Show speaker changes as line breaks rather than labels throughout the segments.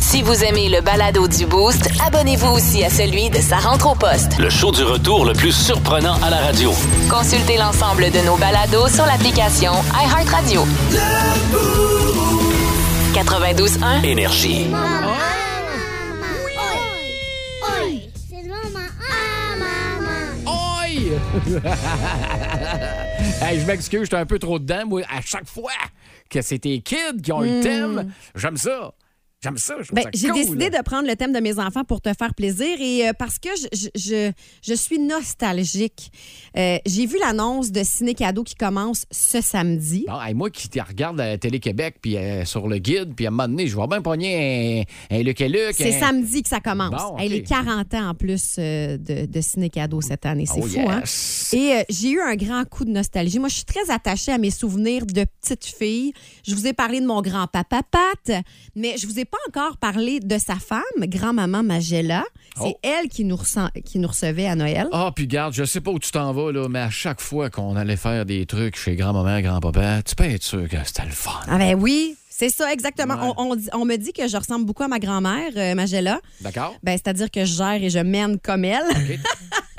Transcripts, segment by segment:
Si vous aimez le balado du Boost, abonnez-vous aussi à celui de Sa rentre au poste.
Le show du retour le plus surprenant à la radio.
Consultez l'ensemble de nos balados sur l'application iHeartRadio. 92.1
Énergie.
Oi, c'est le moment. Ah, maman.
Oi! Hey, je m'excuse, j'étais un peu trop dedans. Moi, à chaque fois que c'est tes kids qui ont eu le thème, j'aime ça. J'aime ça. je trouve
Hmm. Ben,
ça
j'ai
cool.
décidé de prendre le thème de mes enfants pour te faire plaisir et euh, parce que je, je- je- je suis nostalgique. Euh, j'ai vu l'annonce de Ciné Cadeau qui commence ce samedi.
Bon, hey, moi qui te regarde à Télé-Québec, puis euh, sur le guide, puis à un moment donné, je vais bien pogner un, un Luc et Luc.
C'est
un-
samedi que ça commence.
Bon, ok.
Elle est 40 ans en plus euh, de, de Ciné Cadeau cette année. C'est
Oh,
fou, hein?
yes.
Et euh, j'ai eu un grand coup de nostalgie. Moi, je suis très attachée à mes souvenirs de petite fille. Je vous ai parlé de mon grand-papa Pat, mais je vous ai pas encore parlé de sa femme, grand-maman Magella. C'est
Oh.
elle qui nous, ressent- qui nous recevait à Noël.
Ah, puis garde, je sais pas où tu t'en vas, là, mais à chaque fois qu'on allait faire des trucs chez grand-maman, grand-papa, tu peux être sûr que c'était le fun.
Ah ben oui, c'est ça exactement.
Ouais.
On, on dit- on me dit que je ressemble beaucoup à ma grand-mère, euh, Magella.
D'accord?
Ben, c'est-à-dire que je gère et je mène comme elle.
OK.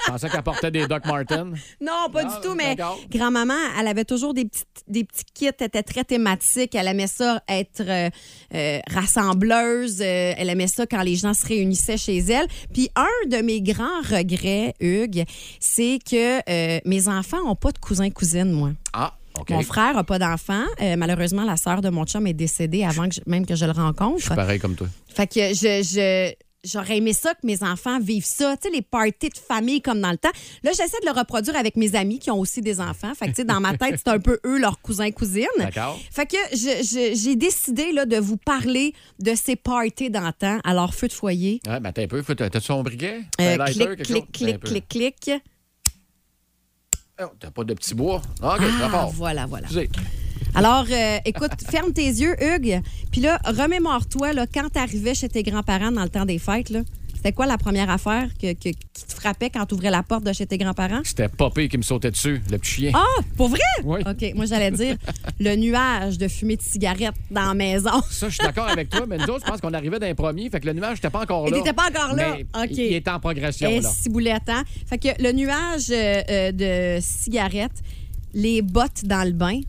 Je pensais qu'elle portait des Doc Martens.
Non, pas
Non,
du tout, mais
d'accord.
grand-maman, elle avait toujours des petits, des petits kits, elle était très thématique, elle aimait ça être euh, euh, rassembleuse, euh, elle aimait ça quand les gens se réunissaient chez elle. Puis un de mes grands regrets, Hugues, c'est que euh, mes enfants n'ont pas de cousins-cousines, moi.
Ah, OK.
Mon frère n'a pas d'enfant. Euh, malheureusement, la sœur de mon chum est décédée avant que je- même que je le
Je
rencontre.
suis pareil comme toi.
Fait que je, je- j'aurais aimé ça que mes enfants vivent ça, tu sais, les parties de famille comme dans le temps. Là, j'essaie de le reproduire avec mes amis qui ont aussi des enfants. Fait que, tu sais, dans ma tête, c'est un peu eux, leurs cousins, cousines.
D'accord.
Fait que je- je- j'ai décidé là, de vous parler de ces parties d'antan. Alors, feu de foyer,
Ouais, ben, t'as un peu. faut- T'as-tu son briquet?
euh,
Un lighter,
clic,
quelque
clic,
chose? Ben,
clic,
Un peu.
clic, clic.
Oh, T'as pas de petit bois? OK,
Ah,
rapport.
voilà, voilà.
Excusez.
Alors, euh, écoute, ferme tes yeux, Hugues. Puis là, remémore-toi, là, quand t'arrivais chez tes grands-parents dans le temps des fêtes, là, c'était quoi la première affaire que- que- qui te frappait quand t'ouvrais la porte de chez tes grands-parents?
C'était Popé qui me sautait dessus, le petit chien.
Ah, pour vrai?
Oui.
OK, moi, j'allais dire le nuage de fumée de cigarette dans la maison.
Ça, je suis d'accord avec toi, mais nous autres, je pense qu'on arrivait d'un premier, fait que le nuage n'était pas encore
Il
là.
n'était pas encore là.
Mais
OK.
Il est en progression,
Eh,
là.
ciboulette, hein? Fait que le nuage euh, euh, de cigarette, les bottes dans le bain.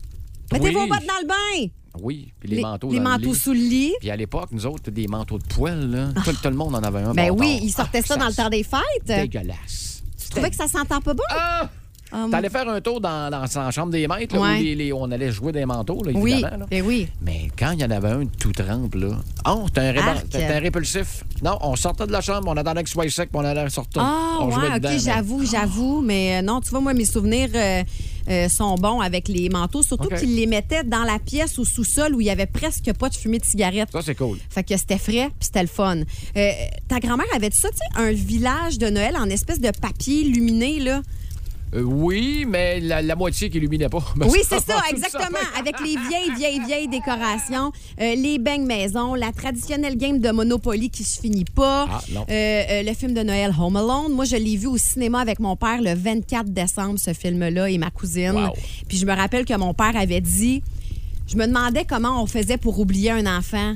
Mettez
Oui.
vos bottes dans le bain!
Oui, puis les, manteaux
les
dans le
manteaux
lit.
sous le lit. Ah!
Puis à l'époque, nous autres, des manteaux de poêle, là. Tout, tout le monde en avait un.
Ben
bâtard.
oui, ils sortaient
Ah,
ça dans le temps des fêtes.
Dégueulasse.
Tu trouvais que ça s'entend pas bon?
Ah!
Ah,
T'allais faire un tour dans, dans, dans la chambre des maîtres, là,
Ouais.
où les- les- on allait jouer des manteaux, là,
Oui,
évidemment. là.
ben oui.
Mais quand il y en avait un tout trempe, là. Oh, t'es un, réban-
Arc.
t'es un répulsif. Non, on sortait de la chambre, on attendait qu'il soit sec, puis on allait sortir.
Ah,
on
ouais,
dedans,
OK,
mais-
j'avoue, j'avoue. Mais euh, non, tu vois, moi, mes souvenirs euh, euh, sont bons avec les manteaux, surtout
OK.
qu'ils les mettaient dans la pièce au sous-sol où il y avait presque pas de fumée de cigarette.
Ça, c'est cool.
Fait que c'était frais, puis c'était le fun. Euh, ta grand-mère avait dit ça, tu sais, un village de Noël en espèce de papier luminé, là.
Euh, oui, mais la, la moitié qui illuminait pas.
Oui, c'est ça, exactement. Avec les vieilles, vieilles, vieilles décorations, euh, les beignes maison, la traditionnelle game de Monopoly qui se finit pas,
Ah, non.
euh, euh, le film de Noël Home Alone. Moi, je l'ai vu au cinéma avec mon père le 24 décembre, ce film-là, et ma cousine.
Wow.
Puis je me rappelle que mon père avait dit Je me demandais comment on faisait pour oublier un enfant.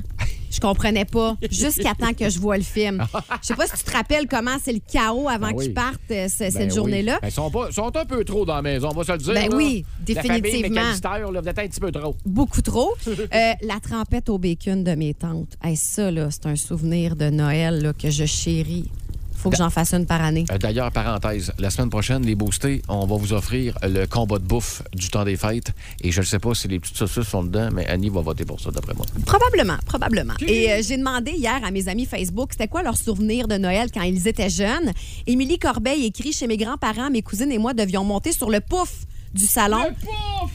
Je comprenais pas, jusqu'à temps que je vois le film. Je sais pas si tu te rappelles comment c'est le chaos avant
Ben oui.
qu'ils partent euh, ce- cette
Ben oui.
journée-là.
Ben, Ils sont, pas- sont un peu trop dans la maison, on va se le dire.
Ben
là.
oui,
La famille
définitivement.
McAllister, là, vous êtes un petit peu trop.
beaucoup trop. Euh, la trempette au bacon de mes tantes. Hey, ça, là, c'est un souvenir de Noël là, que je chéris. Faut que j'en fasse une par année.
Euh, D'ailleurs, parenthèse, la semaine prochaine, les boostés, on va vous offrir le combat de bouffe du temps des fêtes. Et je ne sais pas si les petites saucisses sont dedans, mais Annie va voter pour ça, d'après moi.
Probablement, probablement. Et euh, j'ai demandé hier à mes amis Facebook, c'était quoi leur souvenir de Noël quand ils étaient jeunes. Émilie Corbeil écrit Chez mes grands-parents, mes cousines et moi devions monter sur le pouf du salon,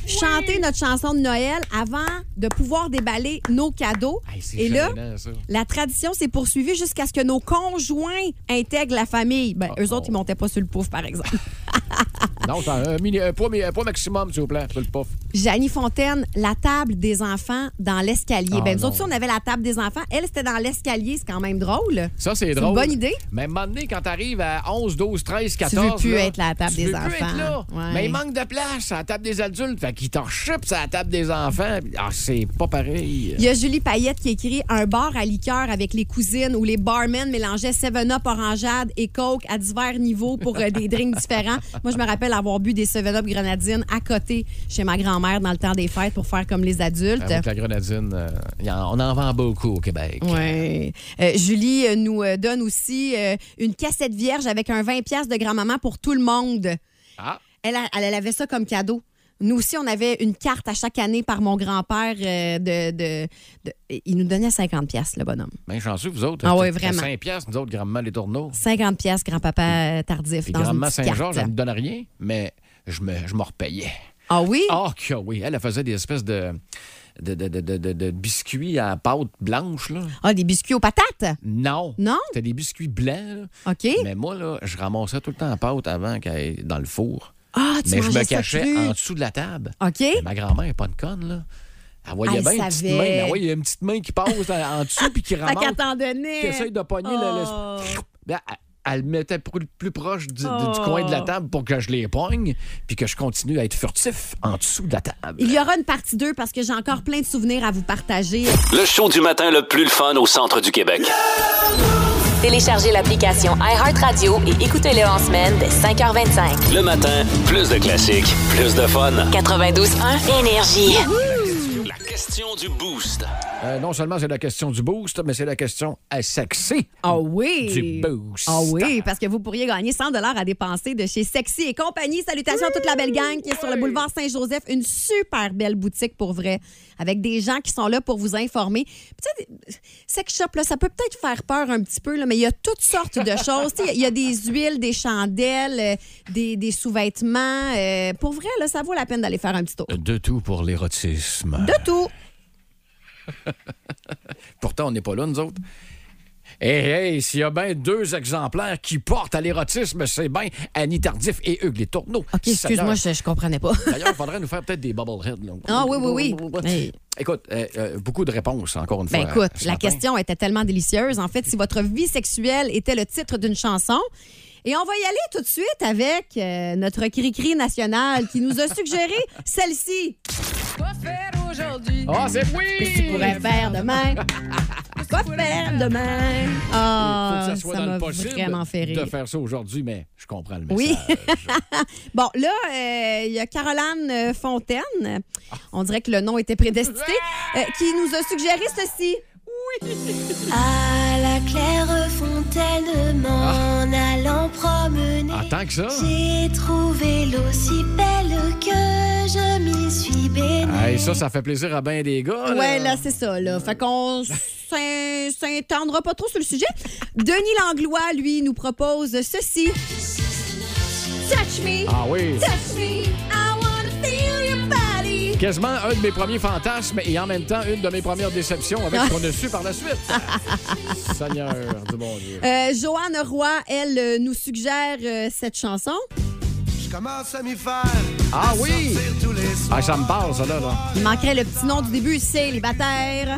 chanter notre chanson de Noël avant de pouvoir déballer nos cadeaux.
Hey, c'est
et là,
gênant, ça.
La tradition s'est poursuivie jusqu'à ce que nos conjoints intègrent la famille. Ben,
Oh,
eux autres,
oh.
ils montaient pas sur le pouf, par exemple.
Non, attends, un, mini- un poids, mi- un poids maximum, s'il vous plaît, sur le puff.
Janie Fontaine, la table des enfants dans l'escalier.
Ah,
ben, nous
non.
autres, si on avait la table des enfants. Elle, c'était dans l'escalier. C'est quand même drôle.
Ça, c'est
C'est
drôle.
une bonne idée.
Mais à un moment donné, quand t'arrives à 11, 12, 13,
veux
14.
plus
là,
être la table
tu
des
veux Plus
enfants.
être là.
Ouais.
Mais il manque de place à la table des adultes. Fait qu'ils t'en chipent à la table des enfants. Ah, c'est pas pareil. Euh,
Il y a Julie Payette qui écrit un bar à liqueur avec les cousines où les barmen mélangeaient 7-Up, Orangeade et Coke à divers niveaux pour euh, des drinks différents. Moi, je me rappelle avoir bu des 7-Up grenadines à côté chez ma grand-mère dans le temps des fêtes pour faire comme les adultes.
Avec la grenadine, euh, y en- on en vend beaucoup au Québec.
Ouais. Euh, Julie euh, nous euh, donne aussi euh, une cassette vierge avec un 20 pièces de grand-maman pour tout le monde.
Ah,
Elle, a- elle, elle avait ça comme cadeau. Nous aussi, on avait une carte à chaque année par mon grand-père. euh, de, de- de- Il nous donnait 50 pièces, le bonhomme.
bien chanceux, vous autres.
Ah ouais,
C'était
vraiment.
5 piastres, nous autres, grandement les tourneaux.
50 pièces, grand-papa euh, tardif
Puis
dans une
grandement
petite
Saint-Georges, hein? elle
carte.
ne me donne rien, mais je me, je m'en repayais.
Ah oui?
Ah, que oui. Elle, elle faisait des espèces de, de, de, de, de- de- de biscuits à pâte blanche, là.
Ah, des biscuits aux patates?
Non.
Non?
C'était des biscuits blancs, là.
OK.
Mais moi, là, je ramassais tout le temps la pâte avant qu'elle aille dans le four.
Ah, tu
Mais je
mangeais
me
ça
cachais
cru.
en dessous de la table.
OK.
Mais ma grand-mère n'est pas une conne, là. Elle voyait
Elle
bien une
savait.
petite main. Elle voyait une petite main qui passe en en dessous puis qui
Fait
ramasse.
qu'elle t'en donnait.
qui essaye de pogner le-
Oh.
le. Ben, elle- elle le mettait pr- plus proche du, du- du
Oh.
coin de la table pour que je les pogne, puis que je continue à être furtif en dessous de la table.
Il y aura une partie 2 parce que j'ai encore plein de souvenirs à vous partager.
Le show du matin le plus le fun au centre du Québec.
Téléchargez l'application iHeartRadio et écoutez-le en semaine dès 5h25.
Le matin, plus de classiques, plus de fun.
92.1 Énergie.
La question du boost.
Euh, non seulement c'est la question du boost, mais c'est la question à sexy.
Ah oui!
Du boost.
Ah oui, parce que vous pourriez gagner 100 à dépenser de chez Sexy et compagnie. Salutations à toute la belle gang qui est sur le boulevard Saint-Joseph. Une super belle boutique pour vrai, avec des gens qui sont là pour vous informer. Puis tu sais, sex shop, là, ça peut peut-être faire peur un petit peu, là, mais il y a toutes sortes de choses. Tu sais, Il y a des huiles, des chandelles, euh, des, des sous-vêtements. Euh, pour vrai, là, ça vaut la peine d'aller faire un petit tour.
De tout pour l'érotisme.
De tout!
Pourtant, on n'est pas là, nous autres. Hey, hey, s'il y a bien deux exemplaires qui portent à l'érotisme, c'est bien Annie Tardif et Hugues Les Tourneaux.
OK, excuse-moi, je, je comprenais pas.
D'ailleurs, il faudrait nous faire peut-être des bobbleheads. là.
Ah oui, oui, oui. Hey.
Écoute, euh, euh, beaucoup de réponses, encore une
Ben
fois.
écoute,
ce
la
matin.
question était tellement délicieuse. En fait, si votre vie sexuelle était le titre d'une chanson. Et on va y aller tout de suite avec euh, notre cri-cri national qui nous a suggéré celle-ci.
Ah, c'est oui!
Pourrait faire demain. Quoi faire demain? Ah,
Faut que ça
ça
soit dans
m'a
le possible
vraiment fait rire.
de faire ça aujourd'hui, mais je comprends le
Oui.
message.
Bon, là, euh, il y a Caroline euh, Fontaine. On dirait que le nom était prédestiné.
Ah!
euh, qui nous a suggéré ceci.
À la claire fontaine, m'en allant promener.
En tant que ça,
J'ai trouvé l'eau si belle que je m'y suis baignée.
hey, ça, ça fait plaisir à bien des gars.
Ouais, là, c'est ça, là. Fait qu'on s'in- s'étendra pas trop sur le sujet. Denis Langlois, lui, nous propose ceci. Touch me,
Ah oui.
touch me, I wanna feel your body.
Quasiment un de mes premiers fantasmes et en même temps une de mes premières déceptions avec ce qu'on a su par la suite. Seigneur du bon Dieu.
Euh, Joanne Roy, elle, euh, nous suggère euh, cette chanson.
Je commence à m'y faire.
Ah oui!
tous les soirs.
Ah, ça me parle, ça, là. là.
Il manquerait le petit nom du début, célibataire.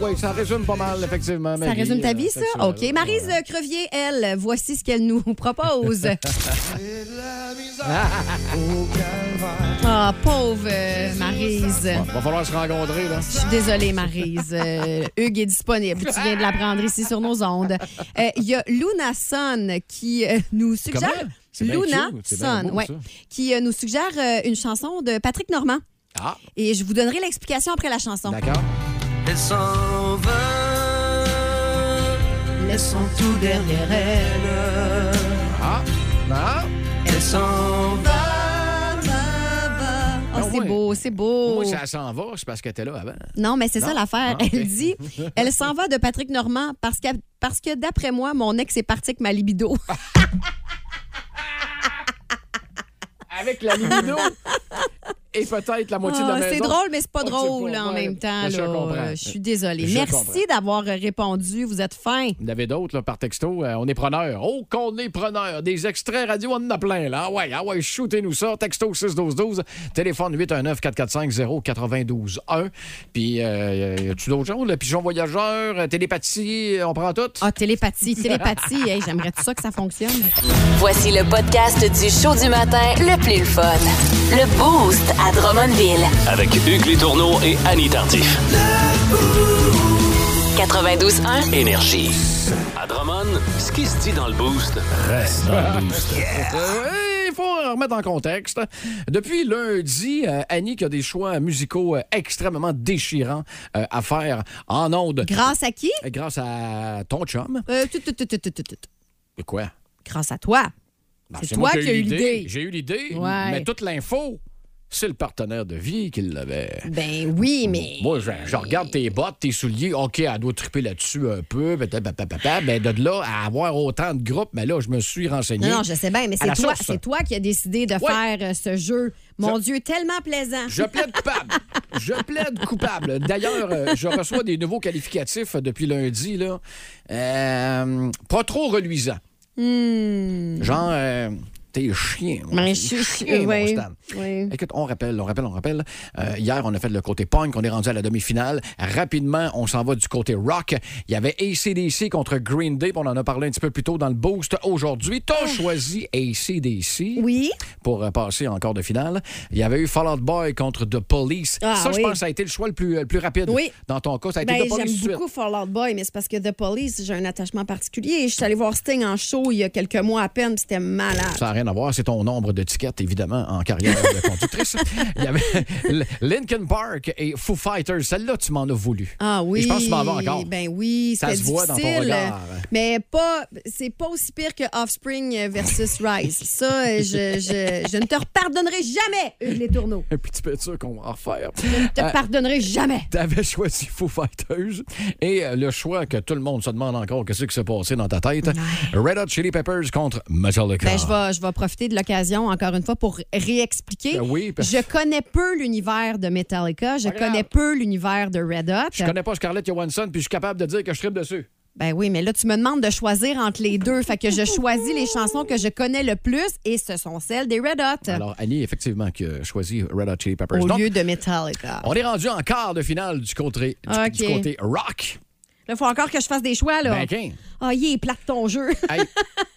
Oui, ça résume pas mal, effectivement. ma
Ça résume ta vie,
euh,
ça? OK.
sexuelle.
Marise Crevier, elle, voici ce qu'elle nous propose.
C'est de la
Ah,
misère au calvaire.
Ah, pauvre euh, Marise.
Bon, va falloir se rencontrer, là.
Je suis désolée, Marise. Euh, Hugues est disponible. Tu viens de l'apprendre ici sur nos ondes. Euh, Il y a Luna Son qui euh, nous suggère.
Comment? C'est bien
Luna
cute, c'est bien
Son,
beau,
ouais,
ça.
qui euh, nous suggère euh, une chanson de Patrick Normand.
Ah,
Et je vous donnerai l'explication après la chanson.
d'accord.
Elle s'en va.
Laissons tout derrière elle.
Ah, ah.
Elle s'en va.
Ah,
Ah
c'est
ouais.
beau, c'est beau.
Moi, ça s'en va, c'est parce que t'es là avant.
Non, mais c'est ça
Non?
l'affaire.
Ah, ok.
Elle dit elle s'en va de Patrick Normand parce que, parce que d'après moi, mon ex est parti avec ma libido.
Ah, Avec la libido. et peut-être la moitié de la
Ah,
maison.
c'est drôle, mais c'est pas
Oh,
drôle
c'est pas-
là, en
ouais,
même temps.
mais je
là.
comprends.
Je suis désolée.
Je comprends.
Merci d'avoir répondu. Vous êtes fin.
Il y en avait d'autres là, par texto. Euh, on est preneur. Oh, qu'on est preneur. Des extraits radio, on en a plein. Là. Ah ouais, ah ouais, shootez-nous ça. Texto 61212. Téléphone 819-445-092-1. Puis, euh, y a-tu d'autres choses? Le pigeon voyageur, euh, télépathie, euh, on prend tout?
Ah, télépathie, télépathie. Hey, J'aimerais tout ça que ça fonctionne.
Voici le podcast du show du matin le plus le fun. Le Boost à Drummondville.
Avec Hugues Létourneau et Annie Tardif.
92.1.
Énergie. À Drummond, ce qui se dit dans le boost reste dans le boost.
Euh, ouais, Il faut en remettre en contexte. Depuis lundi, euh, Annie qui a des choix musicaux euh, extrêmement déchirants euh, à faire en ondes. Euh,
Grâce à qui?
Grâce à ton chum.
Euh, tout, tout, tout, tout, tout, tout, tout.
De quoi?
Grâce à toi.
Ben,
C'est
moi
toi qui as eu l'idée.
J'ai eu l'idée,
Ouais.
mais toute l'info, c'est le partenaire de vie qui l'avait.
Ben oui, mais.
Moi, je, je regarde tes bottes, tes souliers. OK, elle doit triper là-dessus un peu. peut-être, pa, pa, pa, pa. Ben, de là à avoir autant de groupes, mais là, je me suis renseigné.
Non, non, je sais bien, mais
À la
c'est toi,
source.
c'est toi qui as décidé de
Ouais.
faire euh, ce jeu. Mon Dieu, tellement plaisant.
Je plaide coupable. Je plaide coupable. D'ailleurs, euh, je reçois des nouveaux qualificatifs euh, depuis lundi. Là. Euh, pas trop reluisant. Genre, euh, t'es chien. mon
Ben,
Dieu.
Hmm. je-
Chien, mon
oui,
Stan.
oui.
Écoute, on rappelle, on rappelle, on rappelle. Euh, hier, on a fait le côté punk, on est rendu à la demi-finale. Rapidement, on s'en va du côté rock. Il y avait ACDC contre Green Day, puis on en a parlé un petit peu plus tôt dans le boost. Aujourd'hui, t'as choisi ACDC
Ah. Oui.
pour euh, passer en quart de finale. Il y avait eu Fall Out Boy contre The Police.
Ah,
ça, je
oui.
pense que ça a été le choix le plus, euh, le plus rapide.
Oui.
Dans ton cas, ça a été
Ben,
The Police
j'aime
tout de
beaucoup
suite.
Fall Out Boy, mais c'est parce que The Police, j'ai un attachement particulier. Je suis allée voir Sting en show il y a quelques mois à peine, puis c'était malade.
Ça n'a rien à voir, c'est ton nombre d'étiquettes, évidemment, en carrière de conductrice. Il y avait L- Linkin Park et Foo Fighters. Celle-là, tu m'en as voulu.
Ah oui.
Et je pense que tu m'en vas encore.
Ben oui,
Ça
c'était
se voit dans ton
difficile,
regard. hein.
Mais pas, c'est pas aussi pire que Offspring versus Rise. Ça, euh, je, je- je ne te pardonnerai jamais, Hugues Les Tourneaux.
Un petit peu de ça qu'on va en refaire. Euh,
Je ne te pardonnerai jamais.
T'avais choisi Foo Fighters et euh, le choix que tout le monde se demande encore qu'est-ce qui s'est passé dans ta tête. Red Hot Chili Peppers contre Metallica.
Ben, je vais, je vais profiter de l'occasion, encore une fois, pour réexpliquer.
Ben oui, parce-
Je connais peu l'univers de Metallica, je
Pas grave.
connais peu l'univers de Red Hot.
Je connais pas Scarlett Johansson puis je suis capable de dire que je tripe dessus.
Ben oui, mais là, tu me demandes de choisir entre les deux. Fait que je choisis les chansons que je connais le plus et ce sont celles des Red Hot.
Alors, Annie, effectivement, qui a choisi Red Hot Chili Peppers.
au
Donc,
lieu de Metallica.
on est rendu en quart de finale du côté, du,
Ok.
du côté rock.
Là, faut encore que je fasse des choix, là.
Ben, quin.
Ah, il est plat ton jeu.
Hey,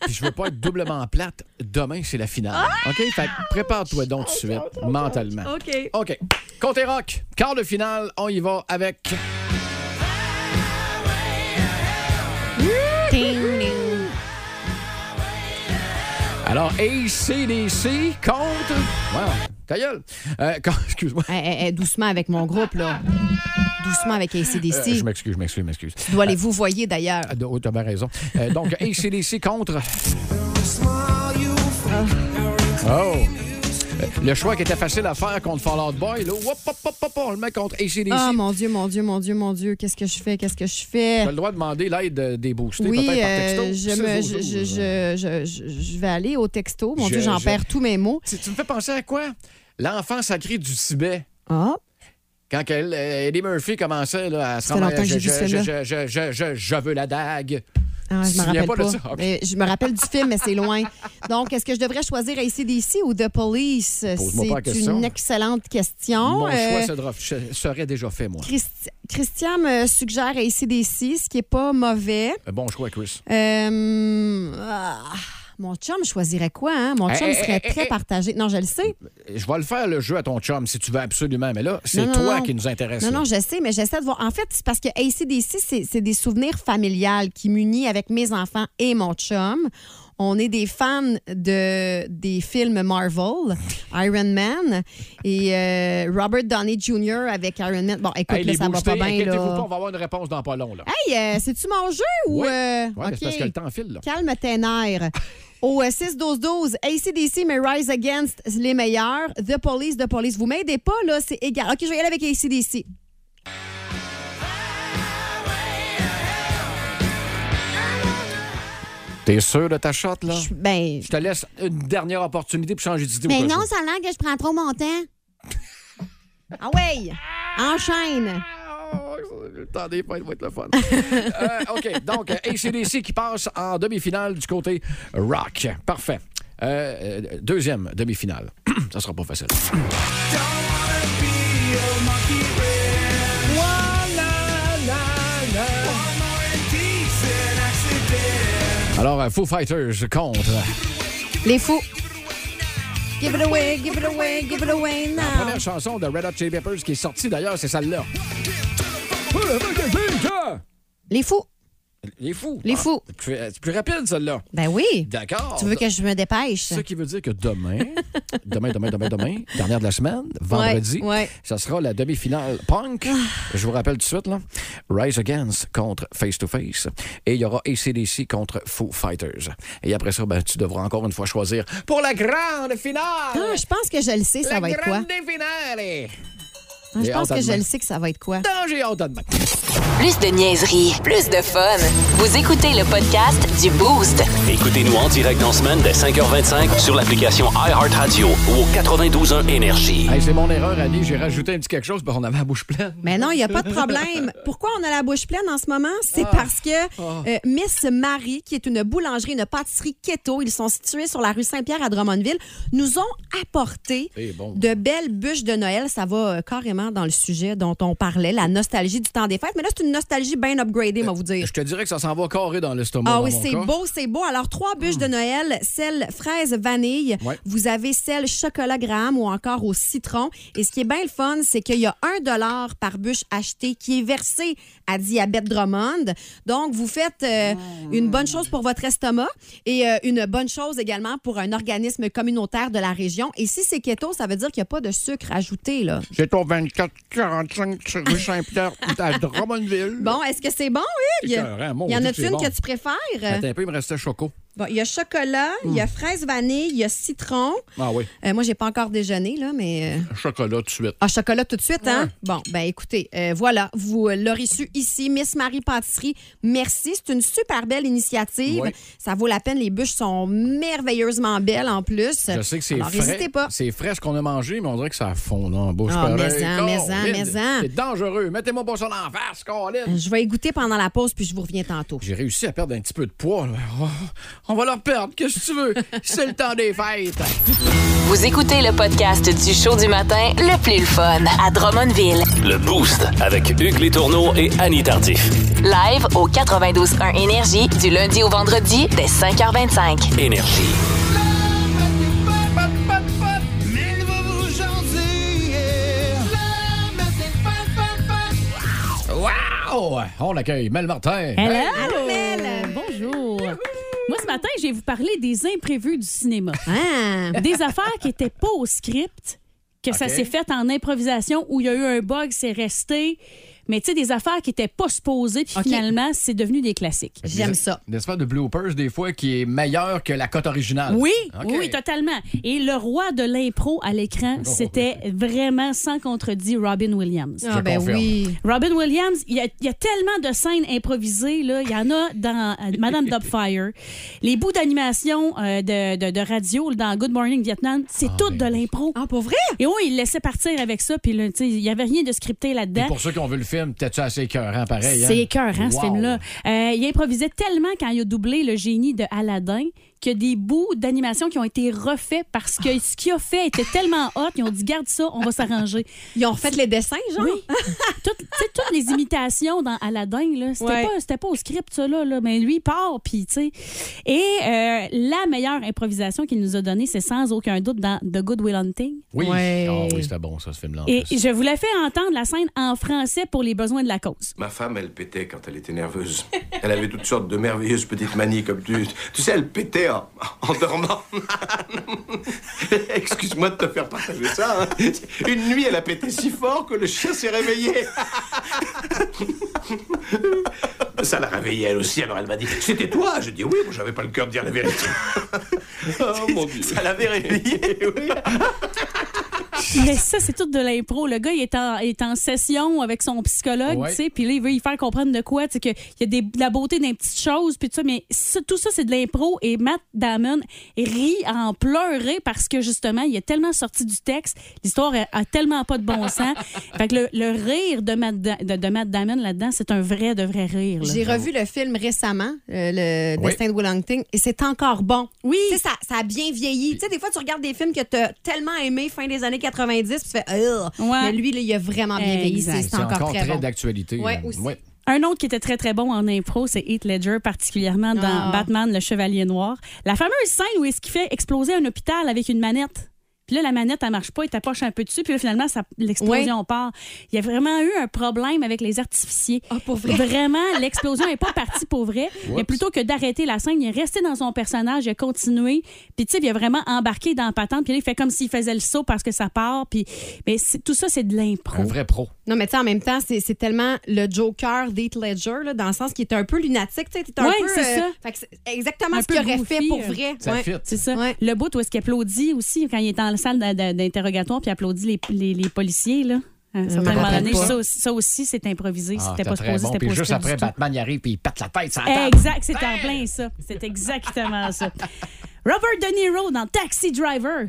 puis je veux pas être doublement plate. Demain, c'est la finale.
Ah!
OK? Fait que prépare-toi donc tout de suite, mentalement.
OK.
OK. Côté rock, quart de finale, on y va avec. Alors, ACDC contre. Wow, ta gueule. Euh, con- Excuse-moi.
Hey, hey, hey, doucement avec mon groupe, là. Doucement avec
Euh,
ACDC.
je m'excuse, je m'excuse, je m'excuse.
Tu dois les vous voyez d'ailleurs.
Ah, oh, T'as bien raison. Euh, donc, ACDC contre.
Ah.
Oh! Euh, Le choix qui était facile à faire contre Fall Out Boy, là, Whoop, hop, hop, hop, on le met contre ACDC.
Ah, mon Dieu, mon Dieu, mon Dieu, mon Dieu. Qu'est-ce que je fais? Qu'est-ce que je
Tu
fais?
as le droit de demander l'aide euh, des boostés,
Oui,
peut-être par texto.
euh, je, me, je, je,
6-12-12.
je, je- je- je vais aller au texto. Mon
euh. Je-
Dieu, j'en
je-
perds tous mes mots.
Tu, tu me fais penser à quoi? L'enfant sacré du Tibet.
Ah,
Quand elle, euh, Eddie Murphy commençait là, à se
Ça fait
rendre
longtemps que
je,
j'ai vu
je, je,
celle-là.
je, je, je, je veux la dague.
ah,
Tu
je
te
me
souviens
rappelle
pas de
pas.
ça? OK.
Mais je me rappelle du film, mais c'est loin. Donc, est-ce que je devrais choisir ACDC ou The Police?
Pose-moi pas la
C'est
question.
une excellente question.
Mon
Euh,
choix sera- se- serait déjà fait, moi.
Christi- Christian me suggère ACDC, ce qui n'est pas mauvais.
Un Bon choix, Chris.
Euh, ah, mon chum choisirait quoi? hein? Mon
Hey,
chum
hey,
serait
hey,
très
hey,
partagé. Non, je le sais.
Je vais le faire, le jeu, à ton chum, si tu veux absolument. Mais là, c'est
Non, non,
toi
non.
qui nous intéresse.
Non,
là.
non, je sais, mais j'essaie de voir. En fait, c'est parce que ACDC, c'est- c'est des souvenirs familiales qui m'unissent avec mes enfants et mon chum. On est des fans de, des films Marvel, Iron Man et euh, Robert Downey Jr. avec Iron Man. Bon, écoute,
Hey,
là,
les
ça va
boostés,
pas bien.
inquiétez-vous pas,
Là.
on va avoir une réponse dans pas long. Là.
Hey, euh, c'est-tu mon jeu ou.
Ouais.
euh,
Ouais, mais c'est parce
OK.
que le temps file. Là.
Calme tes nerfs. Au euh, 6-12-12, ACDC, mais Rise Against, les meilleurs. The Police, The Police. Vous m'aidez pas, là, c'est égal. OK, je vais y aller avec ACDC.
T'es sûr de ta shot, là?
Je- Ben,
Je te laisse une dernière opportunité pour changer d'idée. ou
Mais
quoi,
non,
ça.
ça a l'air que je prends trop mon temps. Ah ouais! Enchaîne!
Ah, Le temps des fêtes va être le fun. Euh, OK, donc euh, ACDC qui passe en demi-finale du côté rock. Parfait. Euh, euh, deuxième demi-finale. Ça sera pas facile. Alors, euh, Foo Fighters contre.
Les fous! Give it away, give it away, give it away now!
Première chanson de Red Hot Chili Peppers qui est sortie d'ailleurs, c'est celle-là.
Les fous!
Les fous.
Les fous.
Ah, c'est plus- c'est plus rapide, celle-là.
Ben oui!
D'accord.
Tu veux que je me dépêche?
Ce qui veut dire que demain, demain, demain, demain, demain, dernière de la semaine, vendredi,
Ouais, Ah. ouais.
ça sera la demi-finale punk. Je vous rappelle tout de suite, là, Rise Against contre Face to Face. Et il y aura ACDC contre Foo Fighters. Et après ça, ben, tu devras encore une fois choisir pour la grande finale.
Ah, je pense que je le sais, ça
la
va être quoi?
grande finale.
Ah, Je
Et
pense que je
entendement.
le sais que ça va être quoi?
Non, j'ai hâte de demain.
Plus de niaiserie, plus de fun. Vous écoutez le podcast du Boost.
Écoutez-nous en direct dans la semaine dès 5h25 sur l'application iHeartRadio ou au 92.1 Énergie.
Hey, c'est mon erreur, Annie. J'ai rajouté un petit quelque chose, ben, on avait la bouche pleine.
Mais non, il n'y a pas de problème. Pourquoi on a la bouche pleine en ce moment? C'est parce que euh, Miss Marie, qui est une boulangerie, une pâtisserie keto, ils sont situés sur la rue Saint-Pierre à Drummondville, nous ont apporté
Eh, bon.
de belles bûches de Noël. Ça va euh, carrément dans le sujet dont on parlait, la nostalgie du temps des fêtes. Mais là, c'est une nostalgie bien upgradée, moi vous dire.
Je te dirais que ça s'en va carré dans l'estomac.
Ah
dans
oui,
mon
c'est
cas.
beau, c'est beau. Alors, trois bûches de Noël, celle fraise vanille,
Ouais.
vous avez celle chocolat graham ou encore au citron. Et ce qui est bien le fun, c'est qu'il y a un dollar par bûche achetée qui est versé à Diabète Drummond. Donc, vous faites euh,
Hmm.
une bonne chose pour votre estomac et euh, une bonne chose également pour un organisme communautaire de la région. Et si c'est keto, ça veut dire qu'il n'y a pas de sucre ajouté, là.
C'est au 2445 sur rue Saint-Pierre à Drummondville.
Bon, est-ce que c'est bon, Hugues?
C'est écœurant, mon
Il y en
Dieu,
a-tu
c'est
une
bon.
que tu euh, préfères?
Attends Hmm. un peu, il me restait Choco.
Bon, il y a chocolat, il y a fraise vanille, il y a citron.
Ah oui,
Euh, moi, j'ai pas encore déjeuné, là, mais. euh,
chocolat tout de suite.
Ah, chocolat tout de suite, hein? Bon, ben écoutez, euh, voilà, vous euh, l'aurez su ici, Miss Marie Pâtisserie. Merci, c'est une super belle initiative.
Ouais.
Ça vaut la peine, les bûches sont merveilleusement belles en plus.
Je sais que c'est
Alors, n'hésitez
frais.
pas.
C'est frais ce qu'on a mangé, mais on dirait que ça fond dans la bouche.
Ah,
pareil.
mais-en,
Oh,
mais-en,
Lynn,
mais-en.
C'est dangereux. Mettez-moi pas ça dans la face, Colin.
Je vais y goûter pendant la pause, puis je vous reviens tantôt.
J'ai réussi à perdre un petit peu de poids. là. Oh, on va leur perdre. Qu'est-ce que tu veux? c'est le temps des fêtes.
Vous écoutez le podcast du show du matin le plus le fun à Drummondville.
Le Boost avec Hugues Létourneau et Annie Tardif.
Live au 92.1 Énergie du lundi au vendredi dès 5h25.
Énergie.
Wow! On accueille Mel Martin.
Eh,
Allô, Mel. Bonjour. Moi, ce matin, je vais vous parler des imprévus du cinéma.
Hein?
Des affaires qui n'étaient pas au script, que ça
OK.
s'est fait en improvisation, où il y a eu un bug, c'est resté. Mais tu sais, des affaires qui n'étaient pas supposées, puis
OK.
finalement, c'est devenu des classiques.
J'aime ça.
Une espèce de bloopers, des fois, qui est meilleur que la cote originale.
Oui,
OK.
oui, oui, totalement. Et le roi de l'impro à l'écran, c'était vraiment sans contredit Robin Williams.
Ah, ben
confirme.
oui.
Robin Williams, il y, a, il y a tellement de scènes improvisées. Là. Il y en a dans euh, Madame Doubtfire. Les bouts d'animation euh, de, de- de radio dans Good Morning Vietnam, c'est tout
ben
de l'impro.
Ah, pour vrai?
Et oui, il laissait partir avec ça. Puis là, tu sais, il n'y avait rien de scripté
Et
là-dedans.
pour ceux qui ont vu le film, peut-être assez écœurant, pareil. hein?
C'est écœurant, ce
Wow.
film-là. Euh, il improvisait tellement quand il a doublé le génie de Aladdin qu'il y a des bouts d'animation qui ont été refaits parce que ce qu'il a fait était tellement hot. Ils ont dit, garde ça, on va s'arranger.
Ils ont refait les dessins, genre?
Oui. Toutes, tu sais, toutes les imitations dans Aladdin, là, c'était,
Ouais.
pas, c'était pas au script, ça, là, là. Mais lui, il part, puis, tu sais. Et euh, la meilleure improvisation qu'il nous a donnée, c'est sans aucun doute dans The Good Will Hunting.
Oui.
Ouais.
Ah oui, c'était bon, ça, ce film-là. en
Et
plus.
Oh, je vous la fais entendre, la scène, en français pour les besoins de la cause.
Ma femme, elle pétait quand elle était nerveuse. Elle avait toutes sortes de merveilleuses petites manies comme tu. Tu sais, elle pétait en, en dormant. Excuse-moi de te faire partager ça. hein. Une nuit, elle a pété si fort que le chien s'est réveillé. Ça l'a réveillée elle aussi, alors elle m'a dit C'était toi J'ai dit Oui, moi j'avais pas le cœur de dire la vérité. oh mon dieu. Ça l'avait réveillée, oui.
Mais ça, c'est tout de l'impro. Le gars, il est en, il est en session avec son psychologue,
Ouais.
tu sais, puis là, il veut y faire comprendre de quoi, tu sais, qu'il y a des, de la beauté dans les petites choses, puis tout ça, mais ça- tout ça, c'est de l'impro, et Matt Damon rit à en pleurer parce que, justement, il est tellement sorti du texte, l'histoire a, a tellement pas de bon sens. fait que le, le rire de Matt, Da- de, de Matt Damon là-dedans, c'est un vrai, de vrai rire. là.
J'ai revu le film récemment, euh, le
Oui.
Destin de Wellington, et c'est encore bon.
Oui.
Tu sais, ça, ça a bien vieilli. Tu sais, des fois, tu regardes des films que tu as tellement aimé fin des années 90, puis tu fais Ugh!
Ouais.
Mais lui, là, il a vraiment bien vieilli.
Exact.
C'est c'est encore, très, bon.
d'actualité.
Ouais,
là.
aussi.
Ouais.
Un autre qui était très, très bon en impro, c'est Heath Ledger, particulièrement dans
Ah.
Batman, le Chevalier Noir. La fameuse scène où est-ce qu'il fait exploser un hôpital avec une manette. Puis là, la manette, elle marche pas, il tapoche un peu dessus, puis là, finalement, ça- l'explosion part. Il y a vraiment eu un problème avec les artificiers.
Ah, pour vrai?
Vraiment, l'explosion n'est pas partie pour vrai. Mais plutôt que d'arrêter la scène, il est resté dans son personnage, il a continué. Puis, tu sais, il a vraiment embarqué dans la patente. Puis là, il fait comme s'il faisait le saut parce que ça part. Puis, mais c'est- tout ça, c'est de l'impro.
Un vrai pro. Ah,
Non, mais tu sais, en même temps, c'est c'est tellement le Joker d'Heath Ledger, là, dans le sens qu'il est un peu lunatique. Tu sais, t'es un
Ouais,
peu. euh,
c'est ça.
fait que c'est exactement
Un
ce qu'il
peu
aurait fait
goofy,
pour
euh,
vrai.
Ça
Ouais.
fit.
C'est ça.
Ouais.
Le bout où est-ce qu'il applaudit aussi quand il est dans la salle d'a- d'a- d'interrogatoire puis applaudit les, les- les policiers, là. À un certain
me
moment
rappelle
donné,
pas.
ça aussi, ça aussi, c'est improvisé.
Ah,
c'était
t'as
pas
très
supposé,
bon.
c'était
Puis
pas
juste
supposé
après, ben,
du tout.
Batman y arrive puis il pète la tête sur la table.
Exact, c'est en plein ça. C'est exactement ça. Robert De Niro dans Taxi Driver.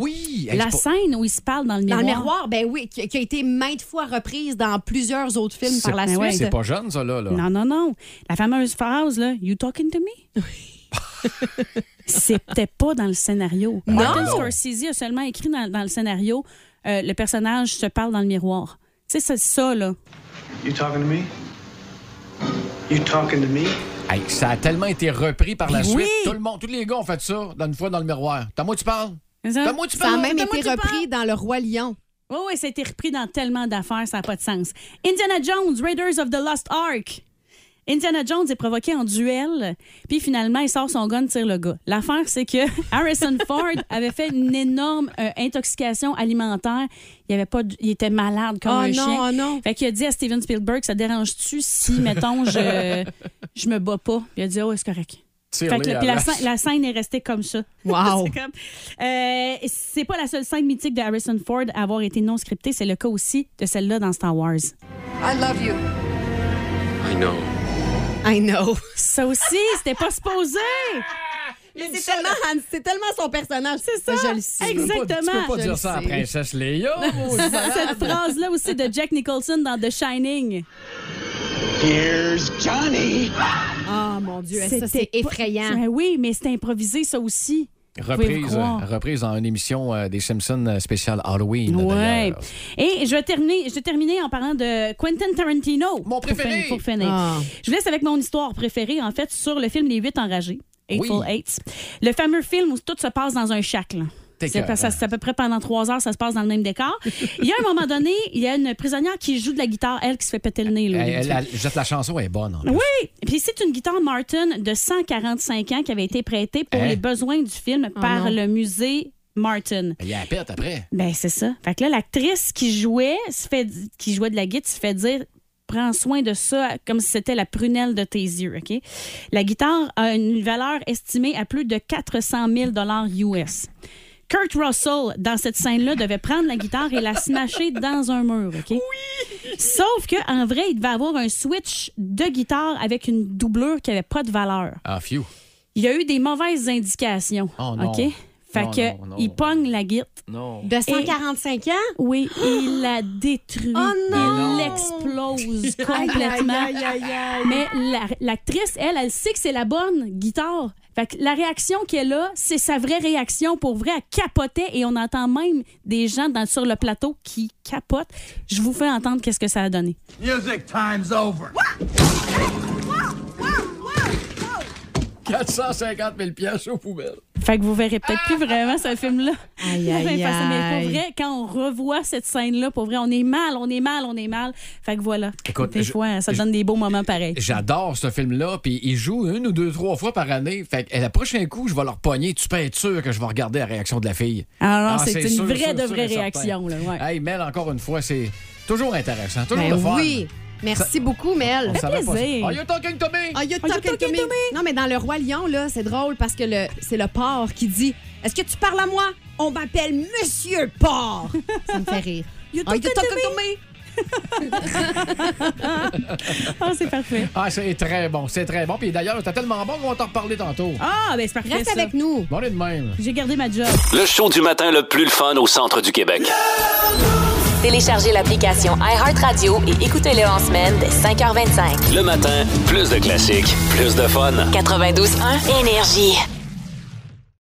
Oui. Hey, c'est
La
pas-
scène où il se parle dans le
Mm. Dans
miroir.
le miroir, ben oui, qui, qui a été maintes fois reprise dans plusieurs autres films par la
Ben
suite.
ouais.
C'est pas jeune, ça, là. là.
Non, non, non. La fameuse phrase, là, You talking to me? C'était pas dans le scénario. Martin
Oh.
Scorsese a seulement écrit dans, dans le scénario euh, le personnage se parle dans le miroir. Tu sais, c'est ça, là.
You talking to me? You talking to me?
Hey, ça a tellement été repris par la
Oui.
suite. Tout le monde, tous les gars ont fait ça dans une fois dans le miroir. T'as moi, tu parles?
Ah, C'est
T'as moi, tu
Ça a
parles?
même
Comment
été
tu
repris dans Le Roi Lion.
Oui, oui, ça a été repris dans tellement d'affaires, ça n'a pas de sens. Indiana Jones, Raiders of the Lost Ark. Indiana Jones est provoqué en duel, puis finalement, il sort son gun, tire le gars. L'affaire, c'est que Harrison Ford avait fait une énorme euh, intoxication alimentaire. Il, avait pas, d- il était malade comme
Oh
un
non,
chien.
oh non.
Fait qu'il a dit à Steven Spielberg, ça te dérange-tu si, mettons, je, je me bats pas? Puis il a dit, oh, c'est correct.
Tire-les
Fait que,
à
puis la,
la-
scène- la scène est restée comme ça.
Wow.
c'est comme- Euh, c'est pas la seule scène mythique de Harrison Ford à avoir été non scriptée. C'est le cas aussi de celle-là dans Star Wars.
I know.
Ça aussi, c'était pas supposé.
C'est tellement, Han- c'est tellement son personnage. C'est ça. Je le sais.
Tu peux pas- Tu
Exactement.
peux pas
Je
dire
le
ça à
sais.
la princesse Léa. mon Dieu.
Cette phrase-là aussi de Jack Nicholson dans The Shining.
Ah, mon Dieu, ça, c'est
C'était pas-
effrayant.
Ben oui, mais c'était improvisé, ça aussi. Vous pouvez me
Reprise,
croire.
euh, reprise dans une émission euh, des Simpsons euh, spéciale Halloween.
Ouais.
d'ailleurs.
Et je vais terminer, je vais terminer en parlant de Quentin Tarantino.
Mon préféré.
Pour fin- pour finir.
Ah.
Je vous laisse avec mon histoire préférée, en fait, sur le film Les Huit Enragés. Eightful
Oui.
Eight. Le fameux film où tout se passe dans un shack. là.
T'es
C'est
cœur,
ça,
hein.
c'est à peu près pendant trois heures, ça se passe dans le même décor. Il y a un moment donné, il y a une prisonnière qui joue de la guitare, elle qui se fait péter le nez. là.
Elle- elle- la- juste la chanson est bonne. en plus.
Oui, puis c'est une guitare Martin de 145 ans qui avait été prêtée pour
Hein?
les besoins du film par le musée Martin.
Il y a la pète après.
Ben c'est ça. Fait que là, l'actrice qui jouait, se fait, qui jouait de la guitare, se fait dire prends soin de ça comme si c'était la prunelle de tes yeux, ok La guitare a une valeur estimée à plus de 400 000 dollars US. Kurt Russell, dans cette scène-là, devait prendre la guitare et la smasher dans un mur, ok Sauf que en vrai, il devait avoir un switch de guitare avec une doublure qui avait pas de valeur
Ah, few.
il y a eu des mauvaises indications.
Oh non.
OK? Fait
Non,
que
non, non.
il pogne la guite.
De 145 ans?
Oui, il la détruit.
Oh non!
Il l'explose complètement.
Aïe, aïe, aïe, aïe.
Mais la- l'actrice, elle, elle sait que c'est la bonne guitare. Fait que la réaction qu'elle a, c'est sa vraie réaction. Pour vrai, elle capotait et on entend même des gens dans, sur le plateau qui capotent. Je vous fais entendre qu'est-ce que ça a donné.
Music time's over.
450 000 pièces aux poubelles.
Fait que vous verrez peut-être plus vraiment ce film-là.
Aïe,
La même
aïe,
façon. Mais
aïe.
pour vrai, quand on revoit cette scène-là, pour vrai, on est mal, on est mal, on est mal. Fait que voilà.
Écoute,
des
je-
fois, ça
je-
donne des beaux moments pareils.
J'adore ce film-là, puis il joue une ou deux, trois fois par année. Fait que, euh, le prochain coup, je vais leur pogner. Tu peux être sûr que je vais regarder la réaction de la fille. Ah,
Alors, Ah c'est une
sûr,
vraie
sûr,
de
sûr
vraie
et certain.
réaction, là, ouais.
Hey, Mel, encore une fois, c'est toujours intéressant, toujours
Ben
le fun.
oui. Merci beaucoup, Mel. Ah,
On savait pas ça.
plaisir.
Are you talking to me?
Are you
Are you
talking to
talking
me?
to me?
Non, mais dans Le Roi Lion, là, c'est drôle parce que le- c'est le porc qui dit Est-ce que tu parles à moi? On m'appelle Monsieur Porc. Ça me fait rire.
You
Ah, you
talking to
talking
Ah, c'est parfait.
Ah, c'est très bon, c'est très bon. Puis d'ailleurs, c'était tellement bon qu'on va t'en reparler tantôt.
Ah, ben c'est parfait.
Reste
ça.
avec nous.
Bon, on est de même.
J'ai gardé ma job.
Le show du matin le plus le fun au centre du Québec.
Téléchargez l'application iHeartRadio et écoutez-le en semaine dès 5h25.
Le matin, plus de classiques, plus de fun.
92.1 Énergie.